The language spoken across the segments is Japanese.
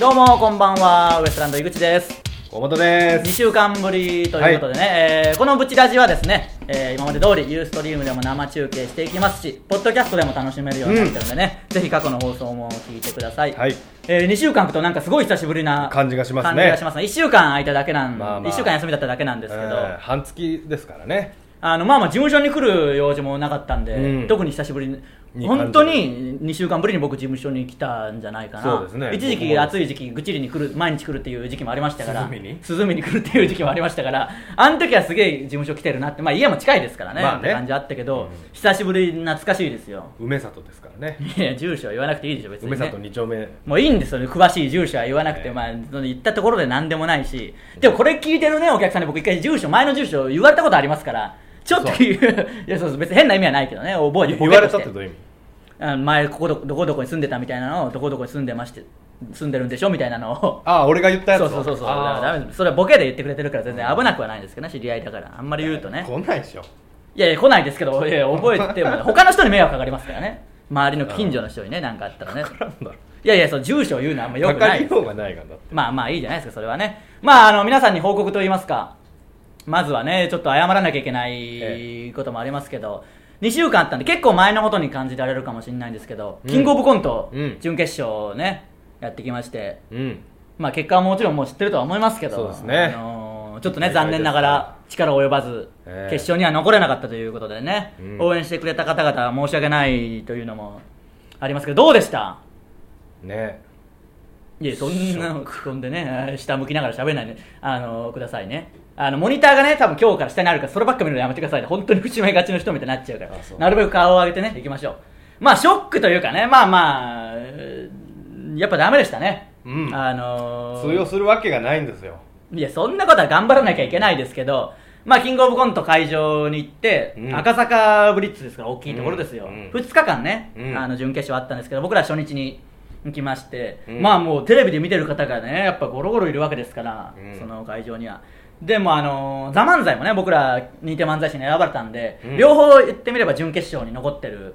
どうもこんばんはウエストランド井口です小本で2。週間ぶりということでね、えーこのブチラジはですね、えー今まで通りユーストリームでも生中継していきますしポッドキャストでも楽しめるようになってるんでね、ぜひ過去の放送も聞いてください、はいえ2週間空くとなんかすごい久しぶりな感じがしますね感じがしますね1週間空いただけなん、まあまあ1週間休みだっただけなんですけど、えー半月ですからね。あのまあまあ事務所に来る用事もなかったんで、うん特に久しぶりにに本当に2週間ぶりに僕事務所に来たんじゃないかなそうですね一時僕期も暑い時期ぐっちりに来る毎日来るっていう時期もありましたから涼みに涼みに来るっていう時期もありましたからあの時はすげえ事務所来てるなって、まあ、家も近いですからね,、まあねって感じあったけど、うん久しぶり懐かしいですよ梅里ですからね。いや住所は言わなくていいでしょ別に、ね、梅里二丁目。もういいんですよね詳しい住所は言わなくて、ええまあ、その言ったところで何でもないしでもこれ聞いてるねお客さんで僕一回住所前の住所言われたことありますからちょっと言う いやそうそう別に変な意味はないけどね覚えて言われたってどうういう意味前ここどどこどこに住んでたみたいなのをどこどこに住んでまして住んでるんでしょみたいなのをああ、俺が言ったやつそを。うそうそうそうだからダあメですそれはボケで言ってくれてるから全然危なくはないんですけどね知り合いだからあんまり言うとーね来ないでしょ。いやいや来ないですけどいやいや覚えても 他の人に迷惑かかりますからね周りの近所の人にね何かあった らねなんだろう。いやいやそう住所を言うのはあんまよくかないりですようがないがな。まあまあいいじゃないですか、それはね。まあ、あの、皆さんに報告と言いますか、まずはね、ちょっと謝らなきゃいけないこともありますけど、2週間あったんで、結構前のことに感じられるかもしれないんですけど、うんキングオブコントうん、準決勝ね、やってきまして、うん。まあ結果はもちろんもう知ってるとは思いますけど、そうですねあのーちょっとね、残念ながら力及ばず、ええ決勝には残れなかったということでね、うん応援してくれた方々は申し訳ないというのもありますけど、どうでしたね。いやそんなの込んでね あ下向きながら喋らないであのくださいねあのモニターがね多分今日から下にあるからそればっか見るのやめてくださいね本当に節目がちの人みたいになっちゃうからあそうなるべく顔を上げてねいきましょうまあショックというかねまあまあえーやっぱダメでしたね、うんあのー通用するわけがないんですよ。いやそんなことは頑張らなきゃいけないですけどまあキングオブコント会場に行って、うん赤坂ブリッツですから大きいところですよ、うんうん2日間ね、うんあの準決勝あったんですけど僕ら初日に行きまして、うんまあもうテレビで見てる方がねやっぱゴロゴロいるわけですから、うんその会場にはでもあのーザ漫才もね僕ら認定漫才師に選ばれたんで、うん両方言ってみれば準決勝に残ってる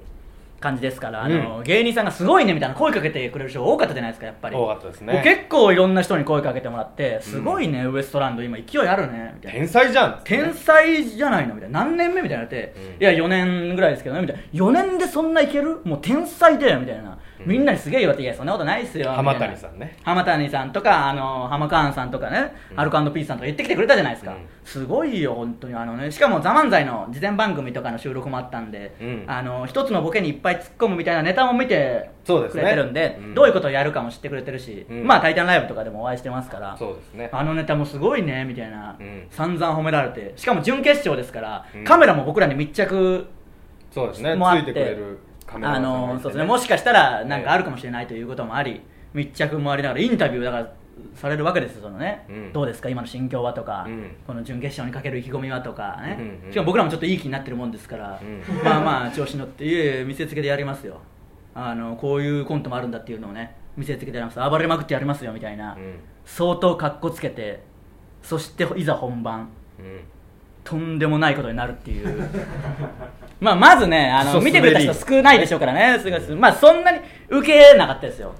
感じですから、あのー芸人さんがすごいねみたいな声かけてくれる人多かったじゃないですかやっぱり多かったですね僕結構いろんな人に声かけてもらってすごいね、ウエストランド今勢いあるねみたいな天才じゃん。天才じゃないのみたいな何年目みたいになって、うんいや4年ぐらいですけどねみたいな4年でそんないけるもう天才だよみたいな、うんみんなにすげえ言われていやそんなことないっすよみたいな浜谷さんね浜谷さんとかあの浜カーンさんとかね、うんアルコピースさんとか言ってきてくれたじゃないですか、うんすごいよ本当にあのねしかも「ザ漫才の事前番組とかの収録もあったんで、うんあの一つのボケにいっぱい突っ込むみたいなネタも見てくそうれですてねるんでうんどういうことをやるかも知ってくれてるし、うんまあ「タイタンライブ」とかでもお会いしてますからそうですね。あのネタもすごいねみたいな、うん散々褒められてしかも準決勝ですから、うんカメラも僕らに密着そうですね。つもあっいててくれるカメラマあンさんがいてのそうですねもしかしたらなんかあるかもしれないということもあり、密着もありながらインタビューだからされるわけですよそのね、うんどうですか今の心境はとか、うんこの準決勝にかける意気込みはとかね、うんうんしかも僕らもちょっといい気になってるもんですから、うんまあまあ調子乗っていえいえ見せつけてやりますよあのこういうコントもあるんだっていうのをね見せつけてやります暴れまくってやりますよみたいな、うん相当かっこつけてそしていざ本番うんとんでもないことになるっていう まあまずねあの見てくれた人少ないでしょうからねすごいですまあそんなに受けなかったですよ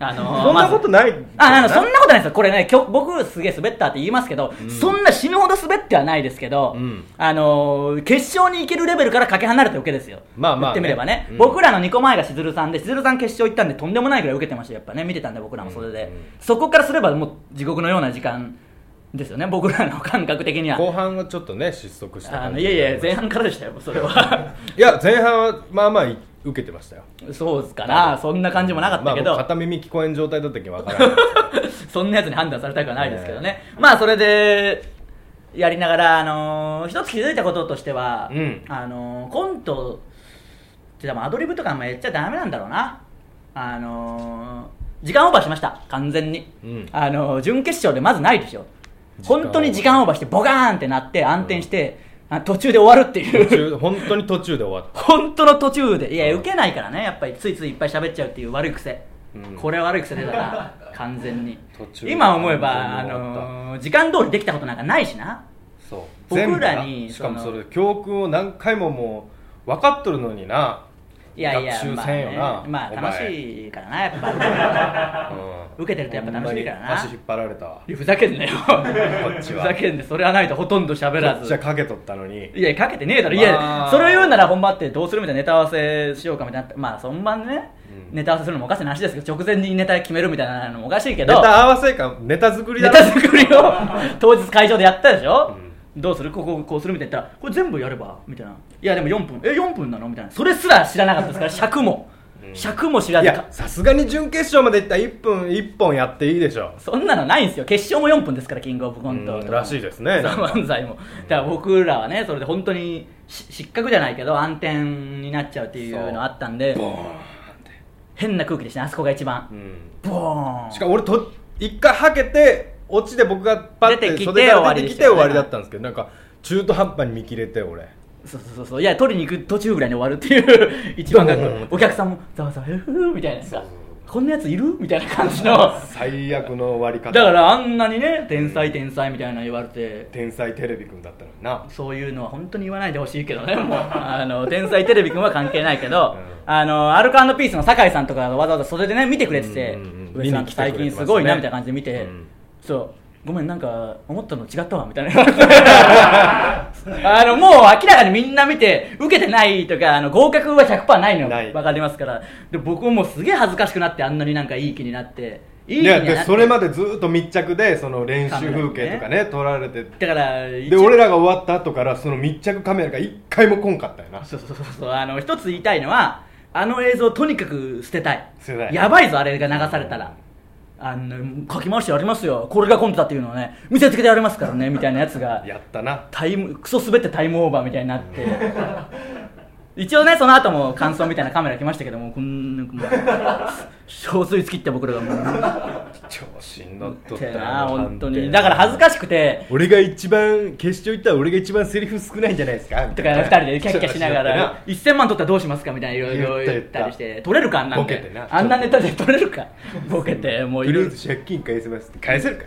あのそんなことまずない。ああのそんなことないですよ、これね、きょ僕、すげえ滑ったって言いますけど、うんそんな死ぬほど滑ってはないですけど、うんあのー決勝に行けるレベルからかけ離れた受けですよ、まあまあね言ってみればね、うん僕らの2個前がしずるさんで、しずるさん決勝行ったんで、とんでもないぐらい受けてましたよ、やっぱね、見てたんで、僕らもそれで、うんうんそこからすれば、もう地獄のような時間ですよね、僕らの感覚的には。後半はちょっとね失速したあ感のじいやいや、前半からでしたよ、そ れは。いや前半はまあまあい受けてましたよそうですから、そんな感じもなかったけまど、あ、僕片耳聞こえん状態だった時は分 からないそんなやつに判断されたくはないですけどね、まあそれでやりながら、あのー一つ気づいたこととしては、うんあのーコントって多分アドリブとかあんまやっちゃダメなんだろうな、あのー時間オーバーしました、完全に、うんあのー準決勝でまずないでしょ、時間オーバー本当に時間オーバーして、ボカーンってなって、暗転して、あ途中で終わるっていう途。中本当に途中で終わっ本当の途中でいやうん受けないからねやっぱりついついいっぱい喋っちゃうっていう悪い癖、うんこれは悪い癖出た な完全に途中で今思えば、あ完全に終わったのー時間通りできたことなんかないしなたそう僕ら全部になしかもそのそれ教訓を何回ももう分かっとるのにないやいや学習まあせんよねなまあお前楽しいからなやっぱ受けてるとやっぱ楽しいからなほんまに足引っ張られたわいやふざけんなよっちふはざけんでそれはないとほとんど喋らこっちずはかけとったのにいやかけてねえだろいや、まあそれを言うなら本番ってどうするみたいなネタ合わせしようかみたいなまあそん番ね、うんネタ合わせするのもおかしいな話ですけど直前にネタ決めるみたいなのもおかしいけネどタ合わせかネタ作りネだタろ作りを当日会場でやったでしょ、どうするこここうするみたいな言ったらこれ全部やればみたいないやでも4分え4分なのみたいなそれすら知らなかったですから尺も、うん尺も知らいずかやさすがに準決勝までいったら1分1本やっていいでしょそんなのないんですよ決勝も4分ですからキングオブコントとうかんもらしいですね そう漫才もだから僕らはねそれで本当にし失格じゃないけど暗転になっちゃうっていうのあったんでボーン変な空気でしたねあそこが一番、うんボーンしかも俺と一回はけてオチで僕がパッて出てきて袖から出てきて終終わわりでしたよねりだったんですけどなんか中途半端に見切れて俺そうそうそうそういや取りに行く途中ぐらいに終わるっていう一番がボーンお客さんもざわざわえふーみたいなそさうそうこんなやついるみたいな感じの最悪の終わり方だからあんなにね天才天才みたいなの言われて天才テレビくんだったのになそういうのは本当に言わないでほしいけどね もうあの天才テレビくんは関係ないけど、うあのアルコピースの酒井さんとかがわざわざ袖でね見てくれてて、うんうんうん上さん見に来てくれ最てますね近すごいなみたいな感じで見て、うんそうごめんなんか思ったの違ったわみたいな あのもう明らかにみんな見て受けてないとかあの合格は100%ないのなよいわかりますからで僕ももうすげえ恥ずかしくなってあんなになんかいい気になっていい気いにはやなってでそれまでずっと密着でその練習風景とカかメね撮られてだから一で応俺らが終わった後からその密着カメラが一回も来んかったよなそうそうそうそうあの一つ言いたいのはあの映像をとにかく捨てたい捨てたいやばいぞあれが流されたらあの書き回してやりますよこれがコントだっていうのをね見せつけてやりますからねみたいなやつがやったなタイムクソ滑ってタイムオーバーみたいになって一応ねその後も感想みたいなカメラ来ましたけどもこんなもう 憔悴つきって僕らがもう調子に乗っとっったてよな本当にだから恥ずかしくて俺が一番決勝行ったら俺が一番セリフ少ないんじゃないですかみとたかいな2人でキャッキャしながちょら1000万取ったらどうしますかみたいないろいろ言言っったたりして取れるかあんなんボケでてなあんなネタで取れるか ボケてもとういりあろいろえず借金返せますって返せる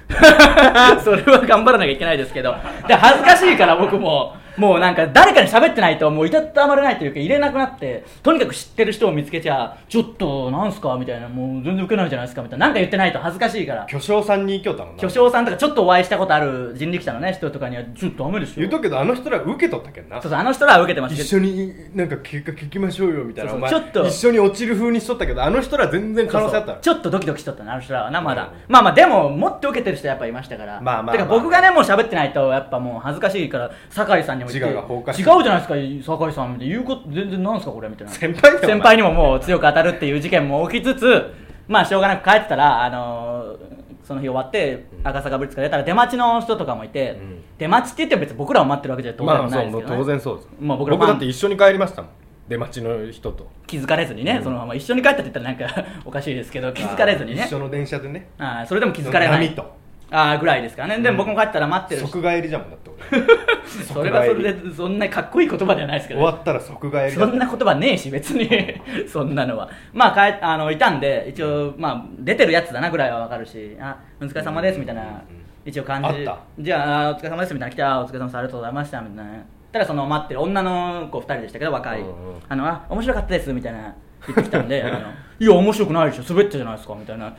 かそれは頑張らなきゃいけないですけどで恥ずかしいから僕ももうなんか誰かに喋ってないともういたたまれないというか入れなくなってとにかく知ってる人を見つけちゃちょっとなんすかみたいなもう全然ウケないじゃないですかみたいななんか言ってないと恥ずかしいから巨匠さんに行きよったもんな巨匠さんとかちょっとお会いしたことある人力車のね人とかにはちょっとダメです言ようとくけどあの人ら受け取ったけんなそうそうあの人らは受けてます一けど緒になんか結果聞きましょうよみたいなそうおそう前ちょっと一緒に落ちる風にしとったけどあの人ら全然可能性あったのちょっとドキドキしとったなあの人らはなまだ、うんまあまあでももっと受けてる人やっぱいましたからまあまあてか僕がねもう喋ってないとやっぱもう恥ずかしいから酒井さんにも言って自我が崩壊し違てうじゃないですか酒井さんみたいな言うこと全然なんすかこれみたいな先輩だよお前先輩にももう強く当たるっていう事件も起きつつまあしょうがなく帰ってたらあのーその日終わってうん赤坂ブリッツから出たら出待ちの人とかもいて、うん出待ちって言っても別に僕らを待ってるわけじゃ当然まあないそですけうど、ね当然そうです、まあ僕僕らファンだって一緒に帰りましたもん出待ちの人と気づかれずにね、そのまま一緒に帰ったって言ったらなんか おかしいですけど気づかれずにね一緒の電車でねあーそれでも気づかれない波とあーぐらいですからね、でも僕も帰ったら待ってるし即帰りじゃもんだってそれはそれ即でそんなかっこいい言葉ではないですけ終ど、わったら即帰りそだもんな言葉ねえし別にそんなのはまあかえあのいたんで一応、まあ、出てるやつだなぐらいはわかるしあお疲れ様ですみたいな、うんうんうん一応感じあったじゃああお疲れ様ですみたいな来てあお疲れ様ですありがとうございましたみたいなたらその待ってる女の子2人でしたけど若い、うんうんあのあ面白かったですみたいな言ってきたん であのいや面白くないでしょ滑ったじゃないですかみたいな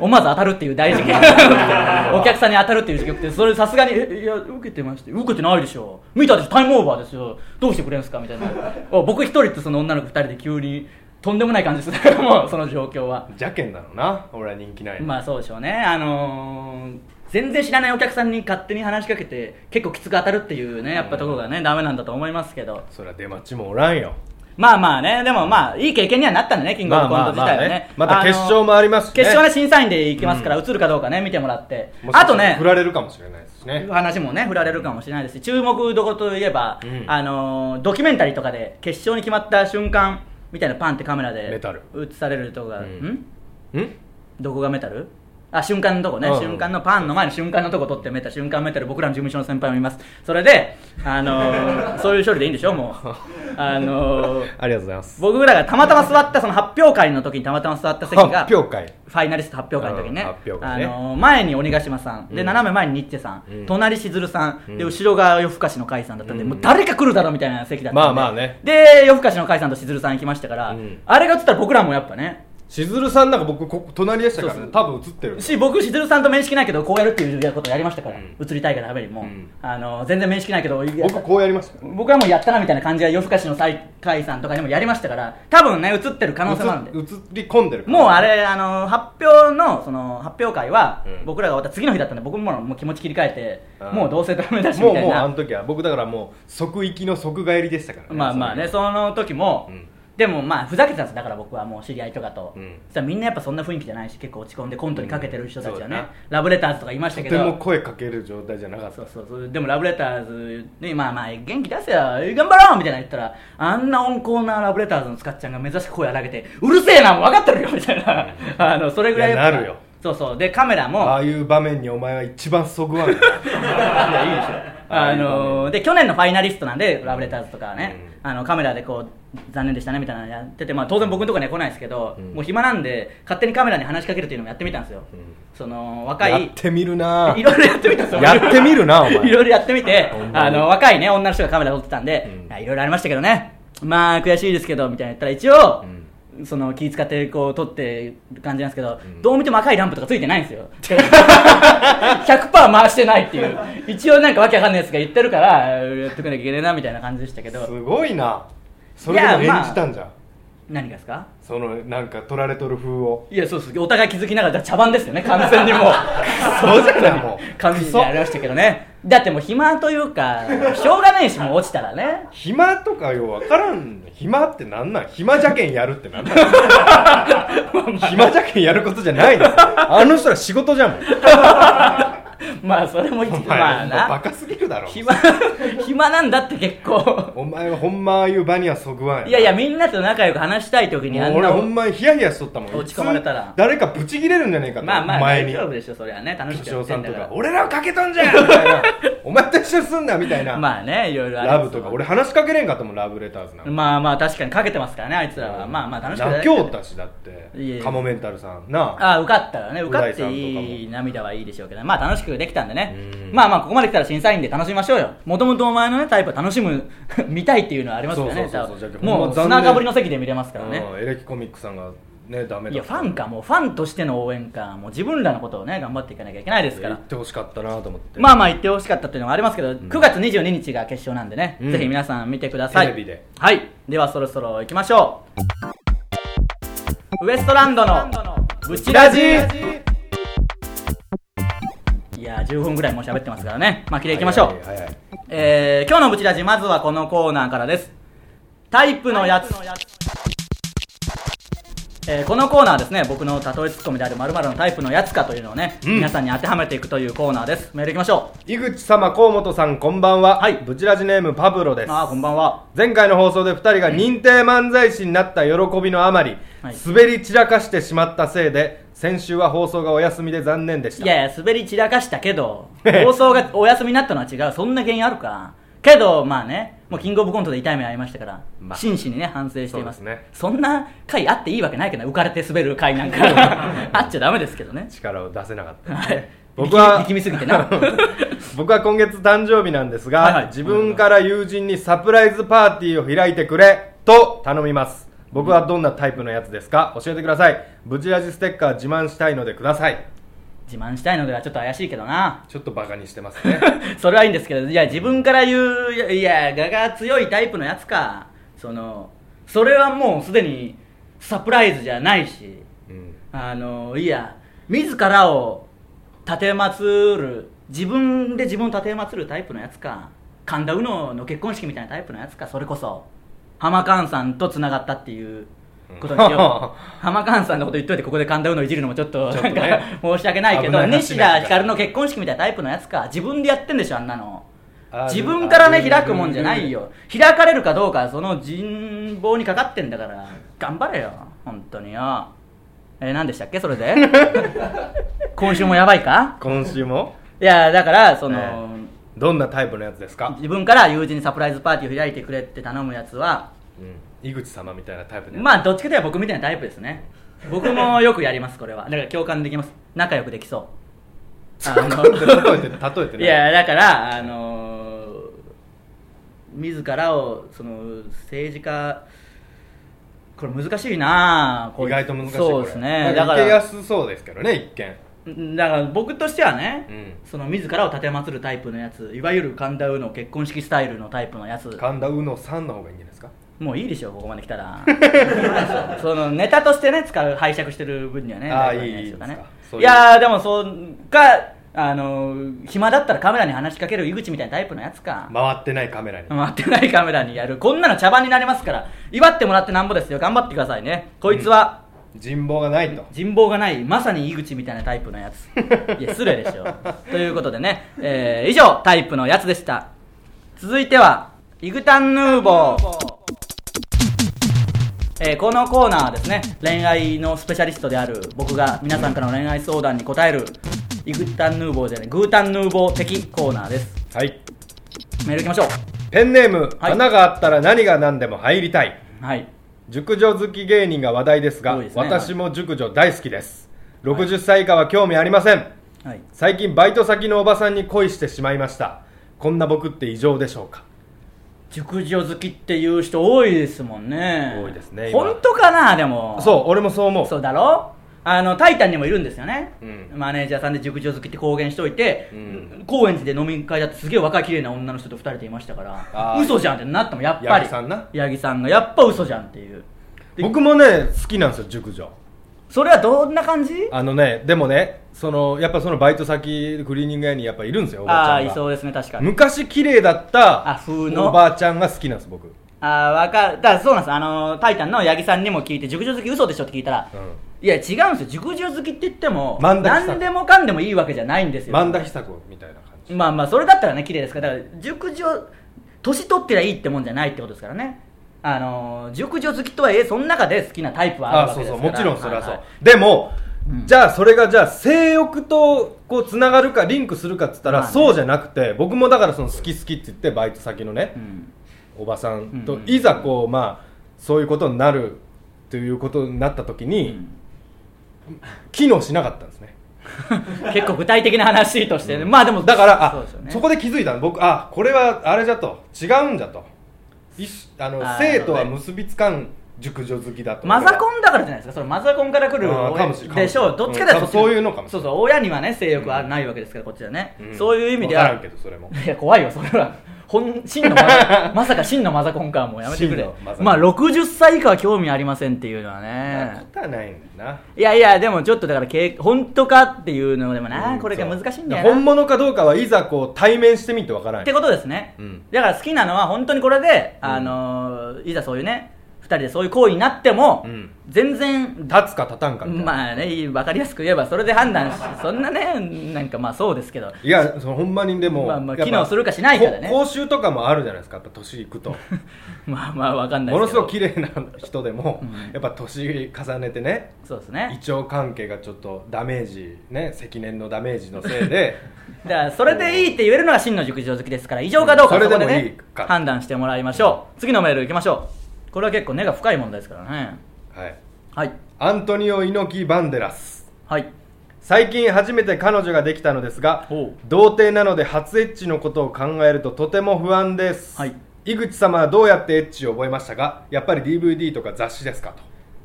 思わず当たるっていう大事件 お客さんに当たるっていう事件ってそれさすがにえいや受けてまして受けてないでしょ見たでしょタイムオーバーですよどうしてくれんすかみた いなお僕一人とその女の子二人で急にとんでもない感じですもうその状況は邪険だろうな俺は人気ないのまあそうでしょうねあのー全然知らないお客さんに勝手に話しかけて結構きつく当たるっていうねやっぱところがねダメなんだと思いますけどそりゃ出待ちもおらんよまあまあね、でもまあ、いい経験にはなったんでね、キングオブコント自体はね。まあまあまあねまた決勝もありますしね決勝はね、審査員で行きますから、映るかどうかね、見てもらって。もしかあしたとらね振、られるかもしれないですしね 話もね、振られるかもしれないですし、注目どころといえばうん、あのー、ドキュメンタリーとかで、決勝に決まった瞬間、みたいなパンってカメラでメタル映されるとか、うんんんどこがメタルああ瞬間のとこね、うん瞬間のパンの前の瞬間のとこ撮ってメタ瞬間メタで僕らの事務所の先輩もいますそれで、あのーそういう処理でいいんでしょもう、あのーありがとうございます僕らがたまたま座ったその発表会の時にたまたま座った席が発表会ファイナリスト発表会の時にね,、うん発表会ねあのー前に鬼ヶ島さんで、うん斜め前にニッチェさん、うん隣しずるさん、うんで後ろが夜更かしの会さんだったんで、うんもう誰か来るだろうみたいな席だったんで、まあまあねで夜更かしの会さんとしずるさん行きましたから、うんあれが映ったら僕らもやっぱねしずるさんなんか僕ここ隣でしたから、そうそう多分映ってるし僕しずるさんと面識ないけどこうやるっていうことやりましたから、うん映りたいからためにも、うんあのー全然面識ないけど僕こうやりましたから僕はもうやったなみたいな感じが夜更かしの再会さんとかでもやりましたから多分ね映ってる可能性もあるんで映映り込んでるもうあれ、あの発表のその発表会は、うん僕らが終わった次の日だったんで僕ももう気持ち切り替えて、うんもうどうせダメだしもみうたいもうあのな時は僕だからもう即行きの即帰りでしたから、まあまあねそその時も、うんでもまあふざけてたんですだから僕はもう知り合いとかと、うんそしたらみんなやっぱそんな雰囲気じゃないし結構落ち込んでコントにかけてる人たちはね、うんそうだなラブレターズとかいましたのけ時どとても声かける状態じゃなかったそうそうそうでもラブレターズにまあまあ元気出せよ頑張ろうみたいな言ったらあんな温厚なラブレターズの使っちゃんが目指し声荒げてうるせえなもう分かってるよみたいなあのそれぐらいいややっぱなるよそうそうでカメラもああいう場面にお前は一番そぐわんからい やいいでしょあのーで去年のファイナリストなんでラブレターズとかね、あのカメラでこう残念でしたねみたいなのやってて、まあ、当然僕のところには来ないですけど、うんもう暇なんで勝手にカメラに話しかけるというのもやってみたんですよ、その若やいってみるなぁいろいろやってみたんですよやってみるなお 前いろいろやってみてほんまにあの若いね女の人がカメラ撮ってたんで、うんいやいろいろありましたけどねまあ悔しいですけどみたいな言ったら一応、その気使ってこう撮ってる感じなんですけど、うんどう見ても赤いランプとかついてないんですよ 100%回してないって いう一応なんかわけわかんないやつが言ってるからやってくなきゃいけねえなみたいな感じでしたけすどごいなそれでも演じたんじゃん、何がですかそのなんか取られとる風をいやそうですお互い気づきながらだから茶番ですよね完全にもう そうじゃないもう 完全にやりましたけどねだってもう暇というかしょうがないしもう落ちたら ね暇とかようわからん暇ってなんなん暇じゃけんやるってなんなん 暇じゃけんやることじゃないのあの人ら仕事じゃもんまあそれも一お前、まあバなカすぎるだろ暇 暇なんだって結構お前はほんまああいう場にはそぐわんいやいやもみんなと仲良く話したい時にあうん俺なほんまにヒヤヒヤしとったもん落ち込まれたらいつ誰かブチ切れるんじゃねえかとまあまあ前に大丈夫でしょそれはね楽し吉くや祥ってさんんだとかから俺らをかけと んじゃんみたいなお前と一緒にすんなみたいな、まあねいろいろありますラブとか俺話しかけれんかったもんラブレターズなんかまあまあ確かにかけてますからねあいつらはまあまあ楽しく泣きょうたしだっていやいやカモメンタルさんなあああ受かったらね受かっう大さてんとかもいい涙はいいでしょうけどまあ楽しくできたんでねうんまあまあここまで来たら審査員で楽しみましょうよもともとお前のねタイプは楽しむ 見たいっていうのはありますからねそうそうそうそ多う分じゃあもほんうま残念砂かぶりの席で見れますからねうんエレキコミックさんがねダメだいやファンかもうファンとしての応援かもう自分らのことをね頑張っていかなきゃいけないですか言らってほしかったなと思ってまあまあ言ってほしかったっていうのもありますけど、9月22日が決勝なんでね、うんぜひ皆さん見てくださいテレビではいではそろそろ行きましょうウエストランドのブチラジいやー15分ぐらいもう喋ってますからねまあ切りいきましょう、はいはいはいえー今日のブチラジまずはこのコーナーからですタイプのやつえーこのコーナーはですね僕の例えツッコミである〇〇のタイプのやつかというのをね、うん皆さんに当てはめていくというコーナーですメールいきましょ井口様河本さんこんばんは、はいブチラジネームパブロでうすああこんばんは前回の放送で2人が認定漫才師になった喜びのあまり、はい滑り散らかしてしまったせいで先週は放送がお休みで残念でしいたやいや滑り散らかしたけど放送がお休みになったのは違うそんな原因あるかけどまあねもうキングオブコントで痛い目ありましたから、まあ真摯にね反省していますそうですねそんな回あっていいわけないけどな浮かれて滑る回なん かあっちゃダメですけどね力を出せなかった、はい僕力はみ力みすぎてな 僕は今月誕生日なんですが、はいはい自分から友人にサプライズパーティーを開いてくれと頼みます僕はどんなタイプのやつですか教えてくださいブチラジステッカー自慢したいのでください自慢したいのではちょっと怪しいけどな ちょっとバカにしてますねそれはいいんですけどいや自分から言ういやいや我が強いタイプのやつかそのそれはもうすでにサプライズじゃないしうんあのいや自らを立てまつる自分で自分を立てまつるタイプのやつか神田うのの結婚式みたいなタイプのやつかそれこそ浜菅さんとつながったっていうことにしよう 浜菅さんのこと言っといてここで神田うのいじるのもちょっとちょっなんとねか、申し訳ないけ危などい話西田ひかるの結婚式みたいなタイプのやつか自分でやってんでしょあんなの自分からね開くもんじゃないよ開かれるかどうかはその人望にかかってんだから頑張れよ本当によえー、何でしたっけそれで 今週もやばいか今週もいやだからその、えどんなタイプのやつですか、自分から友人にサプライズパーティーを開いてくれって頼むやつはうん、井口様みたいなタイプで、まあどっちかといえば僕みたいなタイプですね僕もよくやりますこれはだから共感できます仲良くできそうあの 例えて例えていやだからあのー自らをその政治家これ難しいなこい意つ外と難しいそうですねだかだから受けらやすそうですけどね一見うんだから僕としてはね、うんその自らを立てまつるタイプのやついわゆる神田うの結婚式スタイルのタイプのやつ神田うのさんの方がいいんじゃないですかもういいでしょここまで来たら そのネタとしてね使う拝借してる分にはねあ大ー丈夫なんですよねいいいいですかいやーでもそうかあのー暇だったらカメラに話しかける井口みたいなタイプのやつか回ってないカメラに、待ってないカメラにやるこんなの茶番になりますから祝ってもらってなんぼですよ頑張ってくださいねこいつは人望がないと人望がないまさに井口みたいなタイプのや ついや失礼でしょということでね、えー以上タイプのやつでした続いてはイグタンヌーボーえーこのコーナーはですね恋愛のスペシャリストである僕が皆さんからの恋愛相談に答えるイグタンヌーボーじゃないグータンヌーボー的コーナーですはいメールいきましょうペンネーム、はい花があったら何が何でも入りたいはい熟女好き芸人が話題ですが多いですね私も熟女大好きです60歳以下は興味ありません、はい最近バイト先のおばさんに恋してしまいましたこんな僕って異常でしょうか熟女好きっていう人多いですもんね多いですね今本当かなでもそう俺もそう思うそうだろあのタイタンにもいるんですよね、うんマネージャーさんで熟女好きって公言しといて、うん高円寺で飲み会だってすげえ若い綺麗な女の人と2人でいましたかあらー嘘じゃんってなったもんやっぱり八木さんな八木さんがやっぱ嘘じゃんっていうで僕もね好きなんですよ熟女それはどんな感じあのねでもねそのやっぱそのバイト先クリーニング屋にやっぱいるんですよおばちあゃあんいがそうですね確かに昔綺麗だっあた風のおばあちゃんが好きなんです僕、うん、ああわかるだからそうなんですあのタイタンの八木さんにも聞いて熟女好き嘘でしょって聞いたら、いや違うんですよ熟女好きって言っても万田久子何でもかんでもいいわけじゃないんですよ萬田久子みたいな感じまあまあそれだったらね綺麗ですからだから熟女年取ってりゃいいってもんじゃないってことですからねあのー熟女好きとはいえその中で好きなタイプはああるわけそうですそかうらもちろんそれはそう、いいでも、うんじゃあそれがじゃあ性欲とこうつながるかリンクするかっつったら、まあねそうじゃなくて僕もだからその好き好きって言ってバイト先のね、うんおばさんうとんいざこうまあそういうことになるということになった時に、機能しなかったんですねうん結構具体的な話としてね、まあでもだからあそうそ,、ですよねこで気づいたの僕あこれはあれじゃと違うんじゃといしあのあー生となはるほど結びつかん熟女好きだとマザコンだからじゃないですかそのマザコンから来るあーかもしれんでしょうかどっもちしかれんというとうん多分そういうのかもしそれうんそう親にはね性欲はないわけですからこっちはね、んそういう意味でわかはらんけどそれもいや怖いよそれは本真のマ ザまさか真のマザコンかもうやめてくれ真のマザコンまあ60歳以下は興味ありませんっていうのはそんなこねとはないんだよないやいやでもちょっとだからけ本当かっていうのでもな、うんこれが難しいんだそうよ本な物かどうかはいざこう対面してみてわからなっいてことですね、うんだから好きなのは本当にこれで、あのーいざそういうね2人でそういう行為になっても、うん全然立つか立たんかみたいな、まあね分かりやすく言えばそれで判断しそんなねなんかまあそうですけどいやそのほんまにでも、まあまあやっぱ機能するかしないかだねこ講習とかもあるじゃないですかやっぱ年い くとまあまあ分かんないもですのすけどごく綺麗な人でも、うんやっぱ年重ねてねそうですね胃腸関係がちょっとダメージね積年のダメージのせいでだからそれでいいって言えるのが真の熟女好きですから異常かどうかそれでもこねいいか判断してもらいましょう次のメールいきましょうこれは結構根が深い問題ですからねはいはいアントニオ猪木バンデラスはい最近初めて彼女ができたのですがほう童貞なので初エッチのことを考えるととても不安です、はい井口様はどうやってエッチを覚えましたかやっぱり DVD とか雑誌ですかと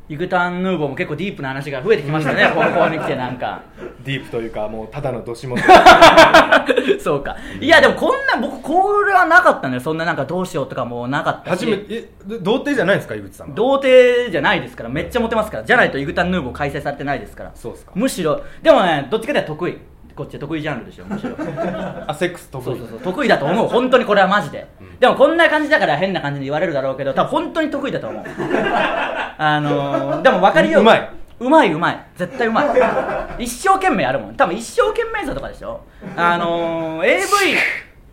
イグタンヌーボーも結構ディープな話が増えてきましたねここに来てなんか ディープというかもうただのどしもそうかいやでもこんな僕これはなかったねそんななんかどうしようとかもなかったし 初めてえで童貞じゃないですか井口様童貞じゃないですからめっちゃモテますからじゃないとイグタンヌーボー開催されてないですからそうですかむしろでもねどっちかというと得意こっちは得意ジャンルでしょむしろあセックス得意そうそうそう得意だと思う本当にこれはマジで、でもこんな感じだから変な感じで言われるだろうけど多分本当に得意だと思うあのーでも分かりよううまいうまいうまい絶対うまい一生懸命やるもん多分一生懸命さとかでしょあのー AV い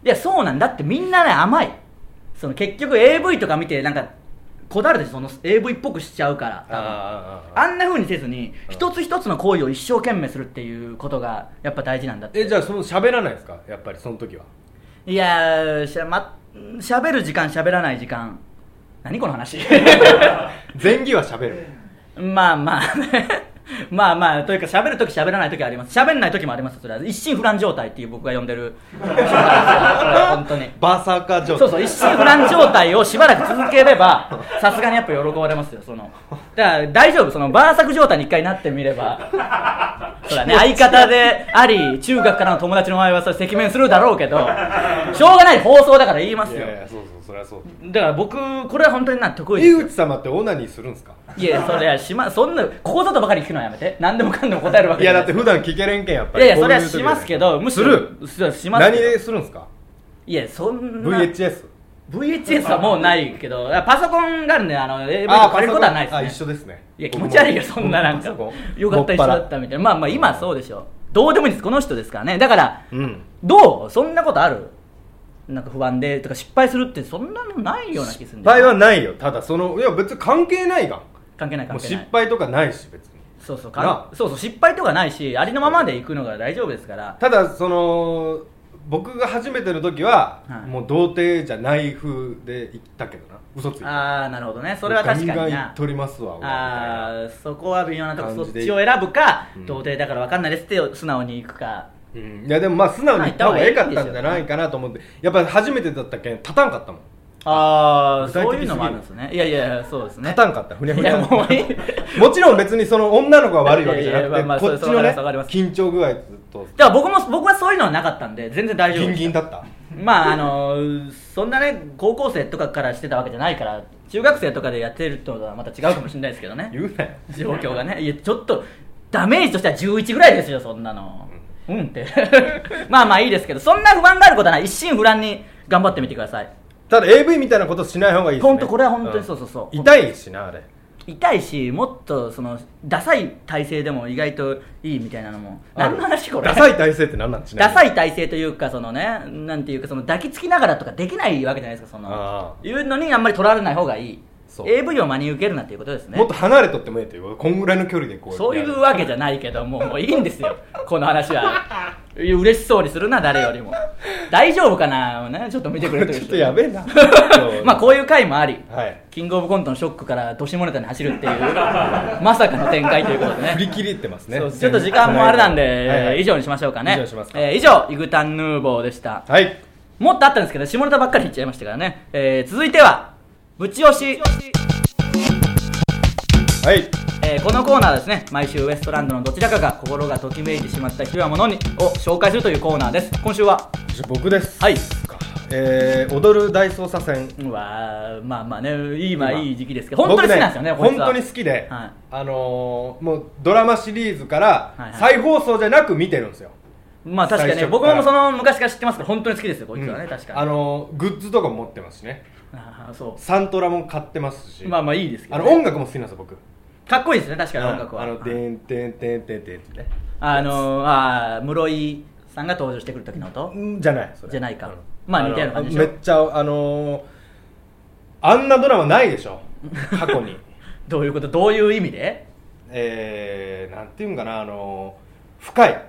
やそうなんだってみんなね甘いその結局 AV とか見てなんかこだわるでしょその AV っぽくしちゃうから多分あーあーああーんな風にせずに一つ一つの行為を一生懸命するっていうことがやっぱ大事なんだってえじゃあその喋らないですかやっぱりその 時はいやーしゃ,、ま、しゃべる時間しゃべらない時間何この話前儀は喋るまあ まあねまあまあというか喋るとき喋らないときあります喋んないときもありますそれは一心不乱状態っていう僕が呼んでるそれは本当にバーサーカー状態そうそう一心不乱状態をしばらく続ければさすがにやっぱ喜ばれますよそのだから大丈夫そのバーサク状態に一回なってみればそうだね相方であり中学からの友達の前はそれ赤面するだろうけどしょうがない放送だから言いますいよやいやそうそうそれはそうだから僕これは本当にな得意で井すよ口様ってオナニーするんですかいやそれはしまそんなここぞとばかり聞くのはやめて何でもかんでも答えるわけいじゃやなだいって普段聞けれんけんやっぱいりやいやそれはしますけどむしろするします何けどでするんですかいやそんな VHS VHS はもうないけどパソコンがあるんであの AV とあか借りることはないあで一すね緒ですねいや気持ち悪いよそんななんか僕もよかった一緒だったみたいなまあまあ今はそうでしょどうでもいいですこの人ですからねだからうんどうそんなことあるなんか不安でとか失敗するってそんなのないような気するん失だ敗よはないよただそのいや別に関係ないがん関係ない関もう係失ない敗とかないし別にそうそうなかそうそう失敗とかないしありのままでいくのが大丈夫ですからただその僕が初めての時は、はいもう童貞じゃない風で行ったけどな嘘ついたああなるほどねそれは確かガにンガン行なっとりますわ俺みたいなああそこは微妙なとこそ感っじでちを選ぶかうん童貞だから分かんないですって素直に行くかうんいやでもまあ素直に言った方がええかったんじゃないかなと思ってやっぱり初めてだったけん立たんかったもんああ具体そ的ういうのもあるんですねいやいやそうですね立たんかったふにゃふいにやゃもういい もちろん別にその女の子が悪いわけじゃいやいやまなあくてこっちのまあねそうわかります緊張具合とだから僕も僕はそういうのはなかったんで全然大丈夫でギンしたギンだったまああのーそんなね高校生とかからしてたわけじゃないから中学生とかでやってるとはまた違うかもしれないですけどね言うなよ状況がねいやちょっとダメージとしては11ぐらいですよそんなのうんって まあまあいいですけどそんな不安があることはない一心不乱に頑張ってみてくださいただ AV みたいなことしない方がいいですねほんとこれは本当にんそうそうそう痛いしなあれ痛いしもっとそのダサい体勢でも意外といいみたいなのも何の話これダサい体勢って何なんちなみダにサい体勢というかそのねなんていうかその抱きつきながらとかできないわけじゃないですかそのあいうのにあんまりとらわれない方がいいそう AV を真に受けるなっていうことですねもっと離れとってもええということこんぐらいの距離でこうそういうわわけじゃないけどももういいんですよこの話は嬉しそうにするな誰よりも大丈夫かな、ね、ちょっと見てくれてるちょ人っとやべえな まあこういう回もありはいキングオブコントのショックから年モネタに走るっていうまさかの展開ということでね振り切りってますねそうちょっと時間もあれなんで、はいはい以上にしましょうかね以上にしますかえー以上イグタンヌーボーでしたはいもっとあったんですけど下ネタばっかり言っちゃいましたからね、えー続いてはぶち押し、はいえーこのコーナーはですね毎週ウエストランドのどちらかが心がときめいてしまった日はものにを紹介するというコーナーです今週はじゃあ僕ですはいえー踊る大捜査線うわーまあまあね今今いい時期ですけど本当に好きなんですよね僕こいつは本当に好きで、はいあのーもうドラマシリーズかはいらはい再放送じゃなく見てるんですよ、まあ確かにね最初僕もその昔から知ってますから本当に好きですよこいつはね、うん確かにあのーグッズとかも持ってますしねあーそサントラも買ってますし、うまあまあいいですけあど、のね、音楽も好きなんですよ僕かっこいいですね確かに音楽は、あの「はいてんてんてんてんてん」ってねあのー、あー室井さんが登場してくる時の音んじゃないそれじゃないかうんまあ似たような感じでしょあのめっちゃあのーあんなドラマないでしょ過去にどういうことどういう意味でえー、なんていうんかなあのー深い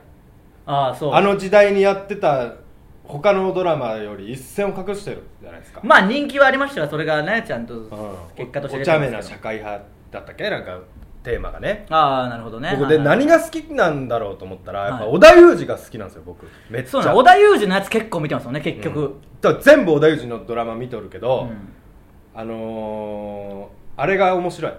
ああそうあの時代にやってた他のドラマより一線を隠してるじゃないですか、まあ人気はありましたがそれがねちゃんとうん結果として出おておま茶目すけどな社会派だったっけなんかテーマがねああなるほどね僕ではいはい何が好きなんだろうと思ったらやっはぱい織田裕二が好きなんですよ僕めっちそうゃなの織田裕二のやつ結構見てますよね結局、うんだから全部織田裕二のドラマ見とるけうど、んあのー、あれが面白い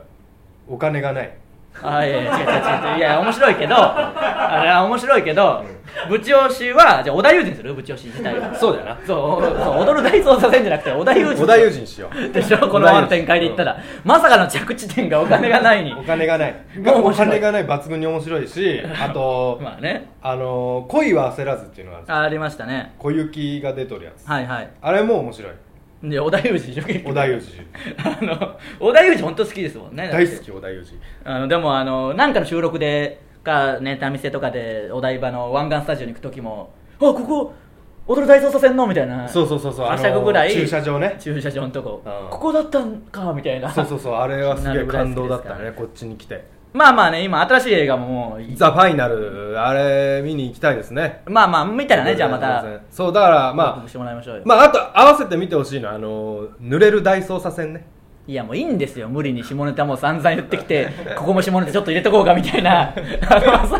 お金がないあいやいや違う違う違ういや面白いけどあれは面白いけど、ぶち押しはじゃあ織田裕二にするぶち押し自体はそうだよなそうそう踊る大捜査線じゃなくて織田裕二織田裕二にしよう でしょこのままの展開でいったら、まさかの着地点がお金がないにお金がないもう面白いお金がない抜群に面白いしあと、まあねあのー恋は焦らずっていうのがあるんですよありましたね小雪が出とるやつはいはいあれも面白いで織田裕二でしょ結局織田裕二あの織田裕二本当好きですもんねだって大好き織田裕あのでもあのなんかの収録でかネタ見せとかでお台場の湾岸スタジオに行く時もあここ踊る大捜査線のみたいなそうそうそうそうはしあゃのぐぐらい駐車場 ね駐車場のとこうんここだったんかみたいなそうそうそうあれはすなげるえぐらい感好き動だですっからたねこっちに来てまあまあね今新しい映画ももうい「ザ・ファイナルあれ見に行きたいですねまあまあ見たらねじゃあまたそうだから報ま告あしてもらいましょうよ、まああと合わせて見てほしいのはあの濡れる大捜査線ねいやもういいんですよ無理に下ネタも散々言ってき てここも下ネタちょっと入れとこうかみたいなあの浅はかな考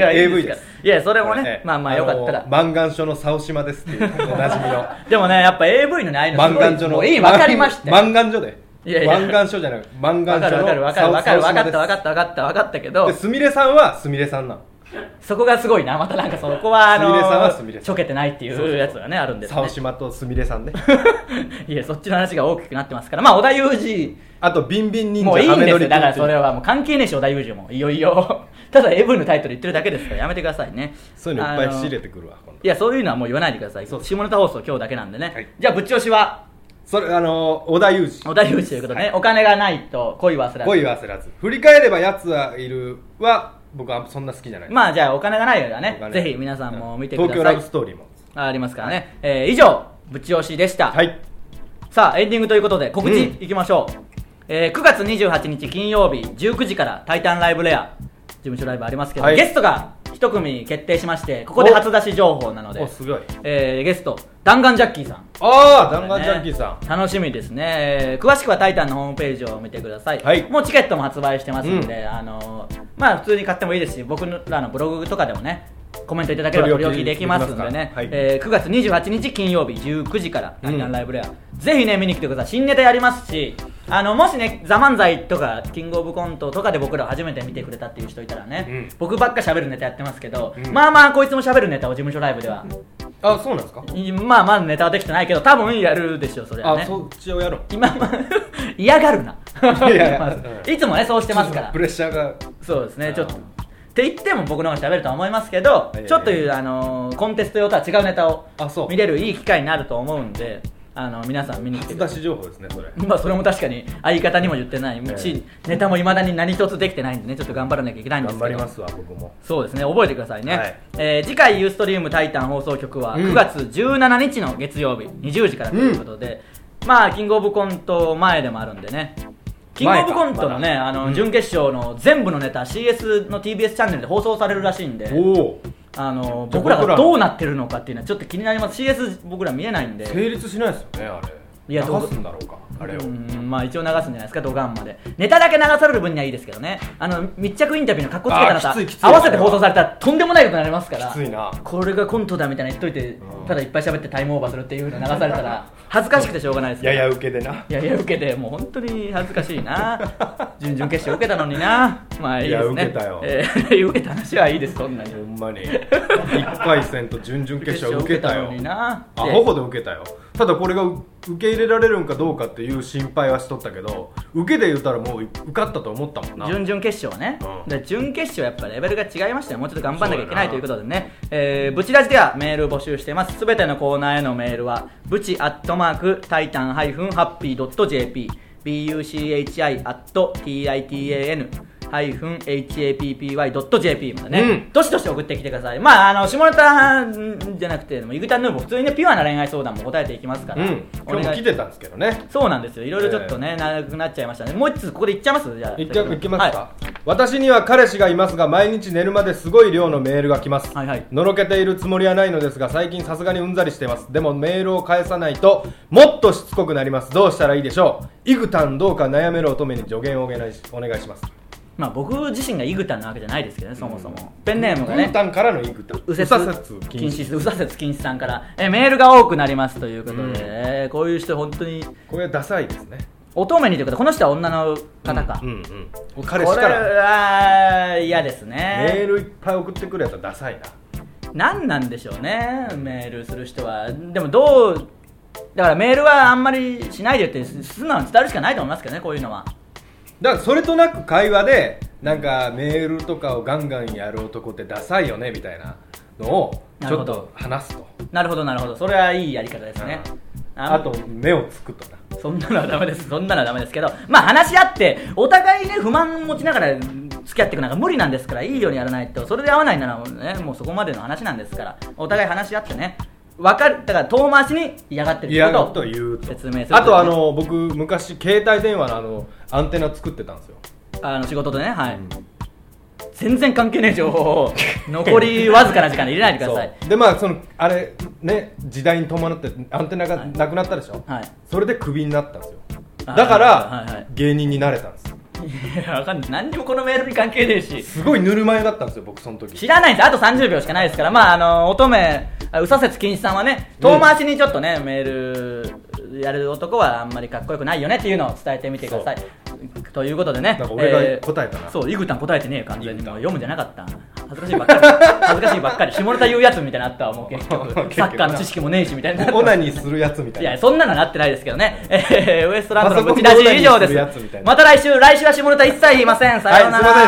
えはいいん AV で ですすからいやそれもえねえまあまあよかったあらの満願書の竿島ですっていうおなじみのでもねやっぱ AV のねああいうのす満ごい願所ものういいわかりましたよ満願所でいやいや満願所じゃなく満わ願か所るわのかるわかるわかるわかったわかっったわかったわかったけどすみれさんはすみれさんなのそこがすごいなまたなんかそこはあすみれさんはすのみれさんちょけてないっていうやつがねあるんですね竿島とすみれさんね いやそっちの話が大きくなってますからまあ織田裕あとビンビン二忍もう者いいんハメです撮りよだからそれはもう関係ねえし織田裕二もいよいよ ただ AV のタイトル言ってるだけですからやめてくださいねそういうのいっぱい仕入れててくるわ今度いやそういうのはもう言わないでくださいそう下ネタ放送今日だけなんでね、はいじゃあぶっち押しはそれあの織田裕二織田裕二ということでね、お金がないと恋はすらず恋は焦らず振り返ればやつはいるは僕はそんな好きじゃない、まあじゃあお金がないよりはおね金ぜひ皆さんも見てください東京ラブストーリーもありますからね、えー以上ぶち押しでした、はいさあエンディングということで告知うんいきましょう、えー9月28日金曜日19時から「タイタンライブレア」事務所ライブありますけど、はいゲストが一組決定しましてここで初出し情報なのでおすごいえーゲスト弾丸ジャッキーさんああ弾丸ジャンキーさん、ね楽しみですね、えー詳しくは「タイタン」のホームページを見てください、はいもうチケットも発売してますので、うあのーまあ普通に買ってもいいですし僕らのブログとかでもねコメントいただければ取取りり置置ききできますのでできまねす、からはいえー9月28日金曜日19時から「タイタンライブレア」ぜひね見に来てください新ネタやりますしあのもしね「ザ漫才とか「キングオブコント」とかで僕らを初めて見てくれたっていう人いたらね、うん僕ばっか喋るネタやってますけど、うんまあまあこいつも喋るネタを事務所ライブではあそうなんですかいまあまあネタはできてないけど多分やるでしょうそれはあねそっちをやろう今ま 嫌がるないやいやまずいつもねそうしてますかちょっとらプレッシャーがそうですあねーちょっとって言っても僕の方が喋るとは思いますけどいやいやちょっというあのーコンテスト用とは違うネタをあそう見れるいい機会になると思うんであの皆さん見に来て初くだ出さいし情報ですねそれまあそれも確かに相方にも言ってないし、ネタもいまだに何一つできてないんでねちょっと頑張らなきゃいけないんです頑けど張りますわ僕もそうですね覚えてくださいね、はいえー次回ユーストリームタイタン放送局はうん9月17日の月曜日20時からということで、まあキングオブコント前でもあるんでねキングオブコントのね、前かまだあの、うん準決勝の全部のネタ CS の TBS チャンネルで放送されるらしいんでおおあのじゃあ僕らが僕らのどうなってるのかっていうのはちょっと気になります CS 僕ら見えないんで成立しないですよねあれいやどう流すんだろうかあれをうんまあ一応流すんじゃないですかドガンまでネタだけ流される分にはいいですけどねあの密着インタビューの格好つけたあネータきついきつい合わせて放送されたらとんでもないことになりますからきついなこれがコントだみたいな言っといてうんただいっぱい喋ってタイムオーバーするっていうの流された ら恥ずかしくてしょうがないですやねや受けでないやいや受けてもう本当に恥ずかしい な準々決勝受けたのになまあいいですねいや受けたよえー受けた話はいいですそんなにほんまに1回戦と準々決勝受けた受けたのよになアホほど受けたよただこれが受け入れられるんかどうかっていう心配はしとったけど受けで言うたらもう受かったと思ったもんな準々決勝ね、うんで準決勝やっぱレベルが違いましたよもうちょっと頑張んなきゃいけないそといううこだとでね、えー、ブチラジではメール募集してますすべてのコーナーへのメールはブチアットマークタイタンハイフンハッピードット JP buchi アット titan ハイフン happy.jp までね、うんどしどし送ってきてくださいまああの下ネタんじゃなくてもイグタンヌーボー普通にねピュアな恋愛相談も答えていきますかうら、んお願今い日も来てたんですけどねそうなんですよいろいろちょっとね、長くなっちゃいましたねもう一つここでいっちゃいますじゃあいっちゃいきますか、は私には彼氏がいますが毎日寝るまですごい量のメールが来ます、はいはいのろけているつもりはないのですが最近さすがにうんざりしていますでもメールを返さないともっとしつこくなりますどうしたらいいでしょうイグタンどうか悩める乙女に助言をお願いしお願いしますまあ、僕自身がイグタンなわけじゃないですけどねそもそも、ペンネームがイねグタンからのイグタン右折禁禁止止右左折禁止さんからえメールが多くなりますということで、うんえーこういう人本当にこれはダサいですね乙女にということでこの人は女の方か、うんうんうんこ彼れ氏からは嫌ですねメールいっぱい送ってくるやつはダサいな何なんでしょうねメールする人はでもどうだからメールはあんまりしないでって素直に伝えるしかないと思いますけどねこういうのはだからそれとなく会話でなんかメールとかをガンガンやる男ってダサいよねみたいなのをちなるょほっどと話すとなるほどなるほどそれはいいやり方ですね、あと目をつくとなそんなのはダメですそんなのはダメですけどまあ話し合ってお互いね不満持ちながら付き合っていくのが無理なんですからいいようにやらないとそれで合わないならねもうそこまでの話なんですからお互い話し合ってねわかるだから遠回しに嫌がってる嫌ってなここととをを言うと説明するあとあの僕昔携帯電話のあのアンテナ作ってたんですよあの仕事でねはい、全然関係ない情報を残りわずかな時間で入れないでくださいそうでまあそのあれね時代に伴ってアンテナがなくなったでしょ、はい それでクビになったんですよあーだかはいはらい芸人になれたんですよいやわかんない何にもこのメールに関係ねえしすごいぬるま湯だったんですよ僕その時 知らないんですあと30秒しかないですからまああの乙女あうさせつ禁止さんはね遠回しにちょっとね、メールやる男はあんまりかっこよくないよねっていうのを伝えてみてくださいということでねなんか俺が答えたなそう井口さん答えてねえよ完全にもう読むんじゃなかった恥ずかしい ばっかり恥ずかしいばっかり下ネタ言うやつみたいなのあったわもう結局結局なサッカーの知識もねえしみたいなオナニーするやつみたいいなや、そんなのなってないですけどね。えー、ウエストランドのブチラジパソコン以上での裏にするやつみすたい。なまた来週、来週は下ネタ一切言いません。さはいすよういなまら。せん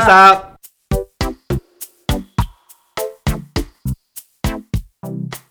でした